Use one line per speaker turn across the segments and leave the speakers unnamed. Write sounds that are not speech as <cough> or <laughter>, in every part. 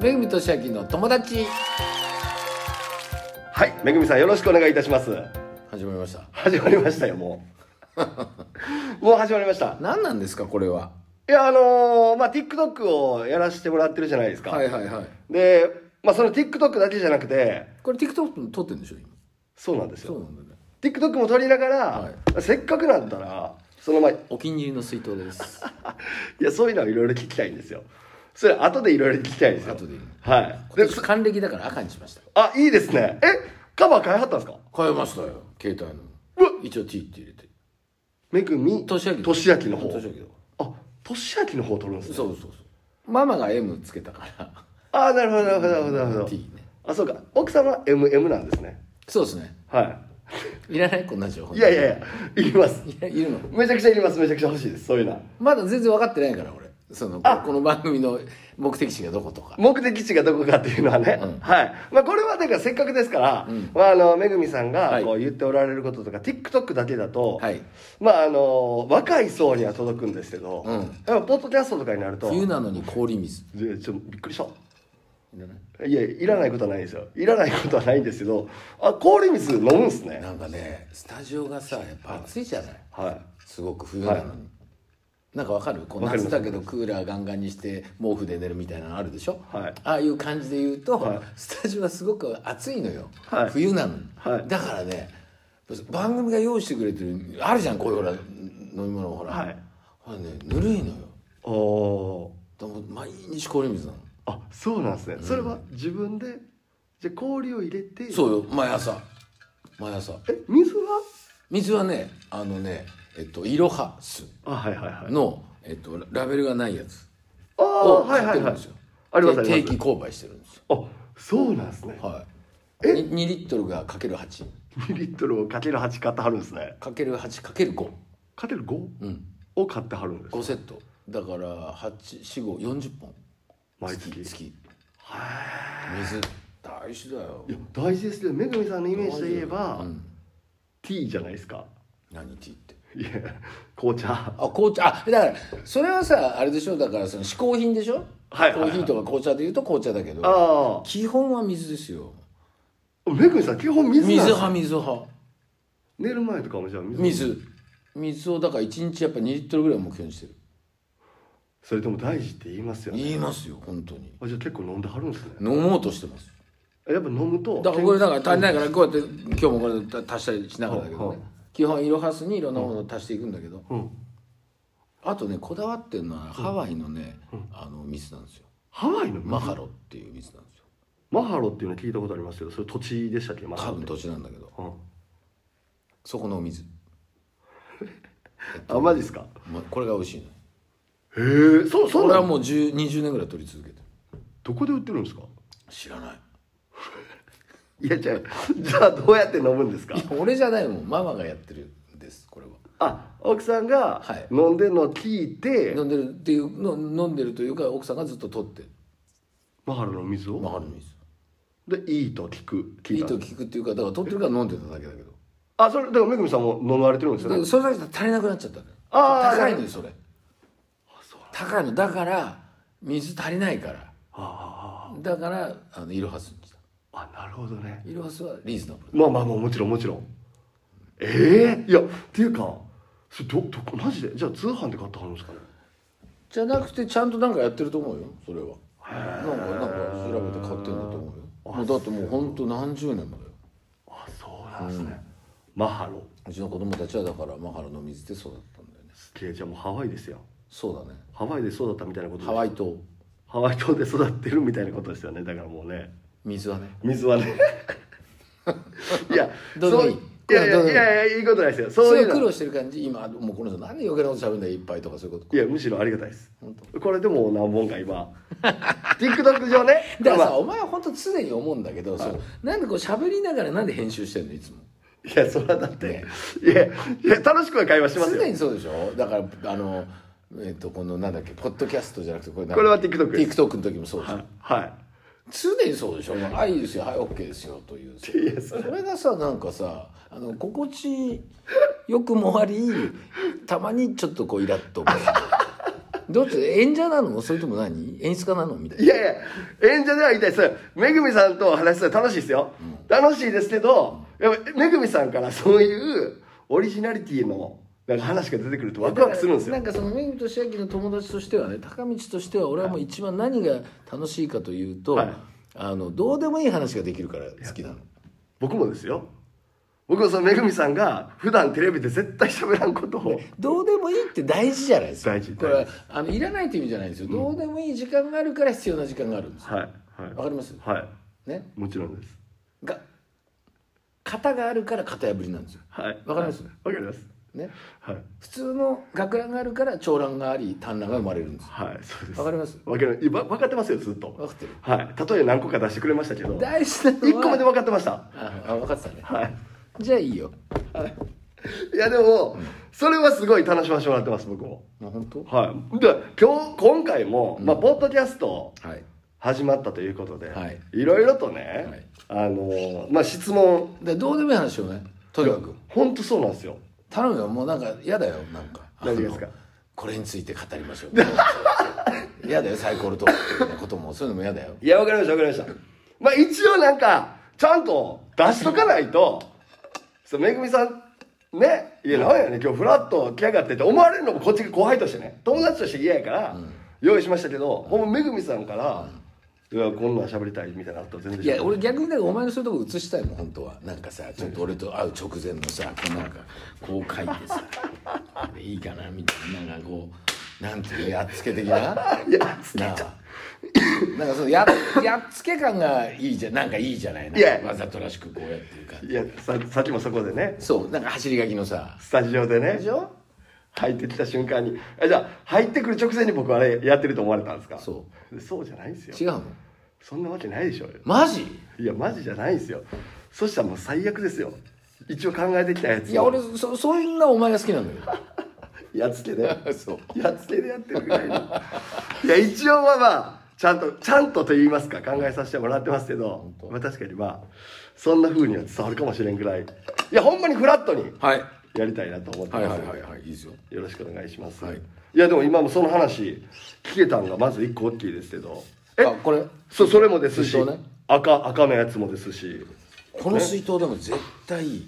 めぐみとしあきの友達
はい、めぐみさんよろしくお願いいたします。
始まりました
始まりましたよ、も
<laughs>
う。もう始まりました。
何なんですかこれはい
や、あのーまあ、TikTok をやらせてもらってるじゃないですか。
はいはいはい
で、まあ、その TikTok だけじゃなくて、
これ TikTok も撮ってるんでしょ今
そうなんです
そう
よ。
なんだよね
TikTok も撮りながら、せっかくなんだら、そのまあい
お気に入りの水筒です <laughs>
や、そういうのはいろいろ聞きたいんですよ。それ、後でいろいろ聞きたいんですよ。
後でいいの
はい。
今
で
年、還暦だから赤にしました
あ、いいですね。え、カバー買いはったんですか
変えましたよ携帯の
うわ
一応 T って入れて
めぐみ、
年明け
年明けの方。
年明けだか
あ、年明けの方撮るんです
ら
ね。
そうそうそうママが M つけたか
ああ、なるほど、なるほど、なるほど、なるほ
ら
ど
T。ね
あ、そうか。奥様は MM なんですね。
そうですね
はい
らないこんな情報
い。いやいやいや、いります。
いやいるの
めちゃくちゃいります。めちゃくちゃ欲しいです。そういうのは。
まだ全然分かってないから俺そのこの番組の目的地がどことか
目的地がどこかっていうのはね、
うん
はい。まあこれはだからせっかくですから、まああの、めぐみさん
は
が
い
こう言っておられることとか、TikTok だけだと、
はい
まああの、若い層には届くんですけど、
うん
やっぱポッドキャストとかになると、
冬なのに氷水
でちょっとびっくりした。いや、いらないことはないですよ。いらないことはないんですけど、あ、氷水飲むんすね。
なんかねスタジオがさやっぱ暑いじゃない
は
すごく冬なのに、
はい
なんかわかるこう
わかり
夏
ます
だけどクーラーガンガンにして毛布で寝るみたいなのあるでしょ、
はい
ああいう感じで言うと、
はい
スタジオはすごく暑いのよ、
はい
冬なのに、
はい
だからね番組が用意してくれてるあるじゃんこういうほら飲み物ほら、
はい
ほらねぬるいのよ
い。おー。
でも毎日氷水なの
あそうなんですね、それは自分でじゃあ氷を入れて
そうよ毎朝毎朝
え水は
水はねあのねえっといろは酢
あはいはいはい
の、えっと、ラベルがないやつ
ああ
を
はい
買っ
は
て
い
る
は
ん
い
ですよ、
ありますあ
で定
ります
期購買してるんですよ
あそうなんですね
はいに 2, リットルがかける8
2リットルをかける8買ってはるんですね
かける8かける5
かける 5?
うん
を買ってはるんです
5セットだから84540本
毎月
月
い
水大事だよ
や大事ですけどめぐみさんのイメージで言えば、
うん
T じゃないですか
何ティーって
いや紅茶
あ紅茶あだからそれはさあれでしょだからその嗜好品でしょ、
はいはいはい
コーヒーとか紅茶でいうと紅茶だけど
あ
基本は水ですよ
あめぐみさん基本水な
水
んです
派水派
寝る前とかもじゃあ水
水水をだから1日やっぱ2リットルぐらいを目標にしてる
それでも大事って言いますよね
言いますよ本当に
あじゃあ結構飲んではるんですね
飲もうとしてます
やっぱ飲むと
だからこれだから足りないからこうやって今日もこれ足したりしながらだけど
は
ね
い
基本イロハスにいろんなものを足していくんだけど
うん
あとねこだわってるのはハワイのねあの水なんですよ
ハワイの水
マハロっていう水なんですよ
マハロっていうの聞いたことありますけどそれ土地でしたっけマ
多
ハロっ
分
て、
土地なんだけど
うん、
そこのお <laughs> 水
あマジですか
まこれが美味しいの
へえそうそ
こ
う
れは
なの
もう10 20年ぐらい取り続けてる
どこで売ってるんですか
知らない
いや
<laughs>
じゃあじゃあどうやって飲むんですか
いや <laughs> 俺じゃないもんママがやってるんですこれは
あ奥さんが
はい
飲んでるのを聞いて、
飲んでるっていうの飲んでるというか奥さんがずっと取ってる
マハロの水を、
マハロの水
でいいと聞く聞
い
い
い
た
と聞くっていうかだから取ってるから飲んでただけだけど
あそれでもめぐみさんも飲まれてるんですよ
で
ね
それだけじゃ足りなくなっちゃったのよ
あー
高いのよそれ高いのだから水足りないから
あ
だからあのイロハスにした
ああなるほどね
イロハスはリーズナブル
まあまあまあもちろんもちろんええいやっていうかそれどどこマジでじゃあ通販で買ってはるんですかね
じゃなくてちゃんとなんかやってると思うよそれはなんかなんか調べて買ってるんだと思うよもうだってもう本当何十年もだよ
あそうなんですね、マハロ
うちの子供たちはだからマハラの水で育ったんだよね
すげえじゃあもうハワイですよ
そうだね
ハワイで育ったみたいなことです
ハワイ島
ハワイ島で育ってるみたいなことですよねだからもうね
水はね
水
<laughs>
はねいや
どうでもいい
そういやい
これはどうでも
や
いい
いやいやいいことないですよ
そ
そう
れ
い
を
う
苦
の
労してる感じ今もうこの人なんで余計なこと喋るんだよいっぱいとかそういうこと
いやむしろありがたいです
本当
これでもう何本か今 TikTok
<laughs>
上ね
だから
ま
さ、お前は本当常に思うんだけど、そうなんでこう喋りながらなんで編集してんのいつも。
あいやそれはだっていやいや楽しくは会話してます
常
よ
にそうでしょだから、あの、えっ、と、このなんだっけ、ポッドキャストじゃなくて、これなん
これは TikTok で
TikTok の時もそうでしょ、
は
常にそうでしょはい、いいですよ、はい、OK ですよ、という。
いいやそ
それがさ、なんかさ、あの、心
<laughs>
地よくもあり、たまにちょっとこう、イラッともある。どっち演者なのそれとも何演出家なのみたい
いやいや、演者では言いたいです。めぐみさんと話すのは楽しいですよ。楽しいですけど、やっぱめぐみさんから <laughs> そういうオリジナリティのなんか話が出てくるとワ
な
クワクするんですよ
な。んかそのメインと千秋の友達としてはね高道としては俺はもう一番何が楽しいかというと、
はい
あのどうでもいい話ができるから好きなの
僕もですよ。僕はそのめぐみさんが普段テレビで絶対喋らんことを。
どうでもいいって大事じゃないですか
大事
これはあのいらないって意味じゃないんですよ、どうでもいい時間があるから必要な時間があるんですよ
はい。はい。
わかります
は
ね
い。もちろんです。
が型があるから型破りなんですよ
はい。
わかります
わかります。
ね
はい。
普通の学ランがあるから長ランがあり短ランが生まれるんです
はい。そうです。
わかります
わかる。いやわ分かってますよ、ずっと。
分かってる
はい。例え何個か出してくれましたけど。
大事なのは
一個まで分かってました。
ああ分かってたね、
はい。
じゃあいいよ
いやでも、それはすごい楽しませてもらってます僕も
もう本当
はいで今日今回も、まあ、ポッドキャスト
はい
始まったということで、
はい
ろいろとね、あのーまあ質問
でどうでもいい話をねとにかく
本当そうなんですよ
頼むよもうなんか嫌だよなんか
何ですか
あのこれについて語りましょう <laughs> 嫌だよサイコロトークみたいなこともそういうのも嫌だよ
いやわかりましたわかりましたまあ一応なんかちゃんと出しとかないと <laughs> そうめぐみさんねいやなんやね今日フラッと来やがってって思われるのもこっちが後輩としてね友達として嫌やから、用意しましたけど、ほんまめぐみさんから、いやこんなん喋りたいみたいなのあったら全然
いや俺逆にだからお前のそういうとこ映したいもん本当はなんかさちょっと俺と会う直前のさこうなんかこう書いてさあれいいかなみたいななんかこうなんていうのやっつけ的
<laughs>
な
いやつ
なあなんかそのややっつけ感がいいじゃなんかいいじゃないない
や
わざとらしくこうやってる感じ
いやささっきもそこでね
そうなんか走り書きのさ
スタジオでね
でしょ
入ってきた瞬間にあじゃあ入ってくる直前に僕はあれやってると思われたんですか
そう
そうじゃないんですよ
違うの
そんなわけないでしょうよ
マジ
いやマジじゃないんですよそしたらもう最悪ですよ一応考えてきたやつを
いや俺そそういうのお前が好きなんだよ
やっつけで
<laughs> そう
やっつけでやってるぐらいのいや一応はまあちゃんとちゃんとと言いますか考えさせてもらってますけど
当
まあ確かにまあそんなふうには伝わるかもしれんぐらいいやほんまにフラットに
はい
やりたいなと思って
は
ます
い
よ
はいはいはいいいですよ
よろしくお願いします、
はい
い、やでも今もその話聞けたんがまず1個大きいですけどえ
あこれ
そそれもですし、
水筒ね
赤赤のやつもですし
この水筒でも絶対いい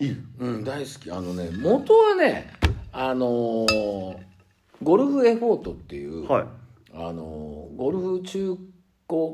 いい
うん大好きあのね元はねあのーゴルフエフォートっていう、
はい
あのーゴルフ中古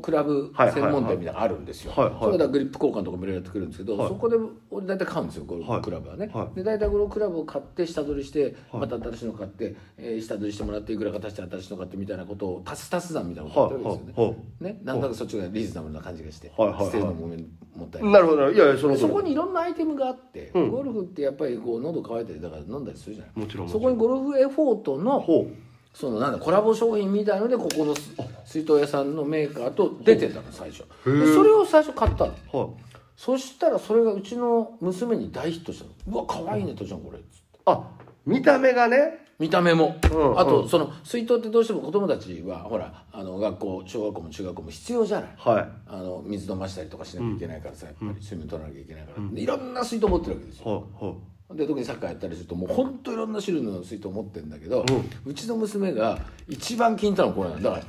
クラブ
はいはい
専門店みたいなのがあるんですよ、
はいはい
それがグリップ交換とかもいろいろやってくるんですけど、
はい
そこで俺大体買うんですよゴルフクラブはね、
はいはい
で大体ゴルフクラブを買って下取りして、また新しいの買って、えー下取りしてもらっていくらか足して新しいの買ってみたいなことを足す足す算みたいなことやってるんですよね、
はいはい
ねなんとなくそっちがリーズナブルな感じがして、
はいはいはい
捨てるのもめんもったいない
なるほどいやいやその
そこ
に
にいろんなアイテムがあって、ゴルフってやっぱりこう喉乾いたりだから飲んだりするじゃない
もちろんもち
そ
ろん
こにゴルフエフォートの
ほう
そのなんだコラボ商品みたいのでここのす水筒屋さんのメーカーと出てたの最初でそれを最初買ったの
はい
そしたらそれがうちの娘に大ヒットしたのうわ可愛いねとちゃんこれっつって
あ見た目がね
見た目も、
うん
あとその水筒ってどうしても子供たちはほらあの学校小学校も中学校も必要じゃない
は
あの水飲ましたりとかしなきゃいけないからさ、やっぱり水分取らなきゃいけないから、でいろんな水筒持ってるわけですよ
いはいは
で特にサッカーやったりするともうほんといろんな種類の水筒持ってるんだけど、うちの娘が一番気に入ったのはこれなのだから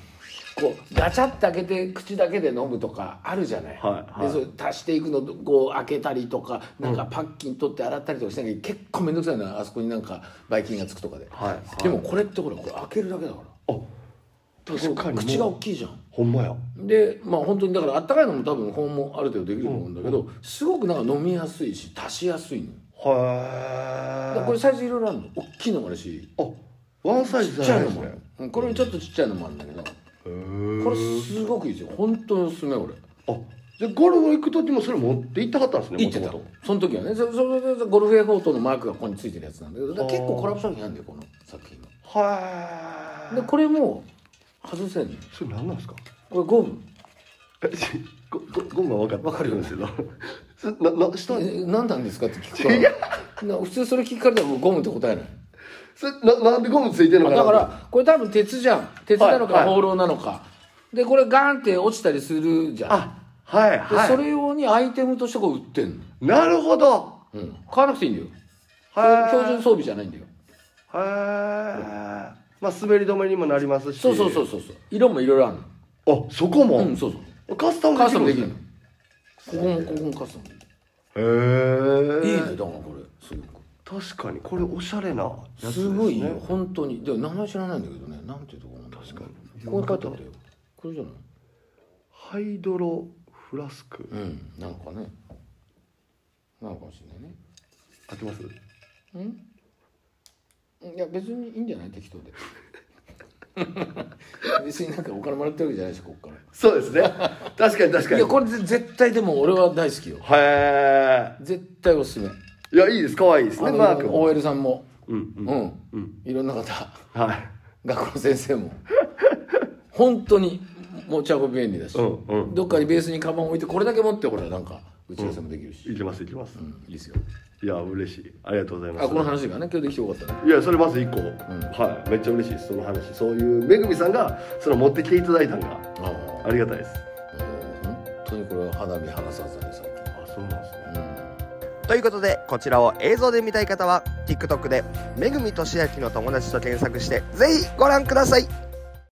こうガチャって開けて口だけで飲むとかあるじゃない、
はいはい
でそれ足していくのこう開けたりとかなんかパッキン取って洗ったりとかしなきゃ結構面倒くさいなあそこになんかばい菌がつくとかで、
はいはい
でもこれってほらこれ開けるだけだから
あ確かにもう
口が大きいじゃん
ほんまや
でまあ本当にだからあったかいのも多分保温もある程度できると思うんだけど、すごくなんか飲みやすいし足しやすいのよだから
は
これサイズいろいろあるの大きいのもあるし
いあワンサイ
ち
ズ
っ
じ
ち
ゃ
ゃ
ないい
の
です
もある、う
ね
ん、これにちょっとちっちゃいのもあるんだけど
へー
これすごくいいですよ本当におすすめ俺
あじゃあゴルフ行く時もそれ持って行ったかったんですね
言ってた
元々
その時はねそそれでゴルフエフォートのマークがここについてるやつなんだけどだから結構コラボ商品なんだよこの作品は
は
で
い
これも外せんの
それ何なんですか
これゴム
えごごごめんわかわかるんですけどそななした
え何なんですかって聞くからな普通それ聞かれたらもうゴムって答えない
そななんでゴムついてるのかな
だからこれ多分鉄じゃん鉄なの
は
か
いはい
放浪なのか、でこれガーンって落ちたりするじゃん
あはい
で
はい
それ用にアイテムとしてこう売ってんの、
なるほど
うん、買わなくていいんだよ
はい
標準装備じゃないんだよ
はまあ滑り止めにもなりますし
そうそうそうそうそう色もいろいろある
あそこも、
のうんそうそう
カスタム
カスタム
で
で
き
き
る
るのここもここもカスタムできる
へえ
いいねだからこれすごく
確かにこれおしゃれなやつですね
ごいよ本当にでも名前知らないんだけどねなんていうところなんだ確かにこう書いてあったよこれじゃない
ハイドロフラスク
うんなんかねなのかもしれないね
開けます
いや別にいいんじゃない適当 <laughs> で別になんかお金もらってるわけじゃないしこっか
そうですね確かに確から
い
に
やこれ絶対でも俺は大好きよ
へ
絶対おすすめ
えいやいいです可愛いですね
あの
マークも
OL さんも
うん
う、
うん
いろんな方 <laughs>
んはい
学校の先生も本当に持ち運び便利だし、
うんうん
どっかにベースにカバン置いてこれだけ持ってこれはなんか打ち合わせもできるし、
いきますいきます
うんいいですよ
いや嬉しいありがとうございます
あこの話がね今日できてよかったね
いやそれまず1個、はいめっちゃ嬉しいですその話そういうめぐみさんがその持ってきていただいたんが
ああ
ありがたいです
本当にこれは花火離さずに最近
あそうなんですね
うん
ということでこちらを映像で見たい方は TikTok で「めぐみとしあきの友達」と検索してぜひご覧ください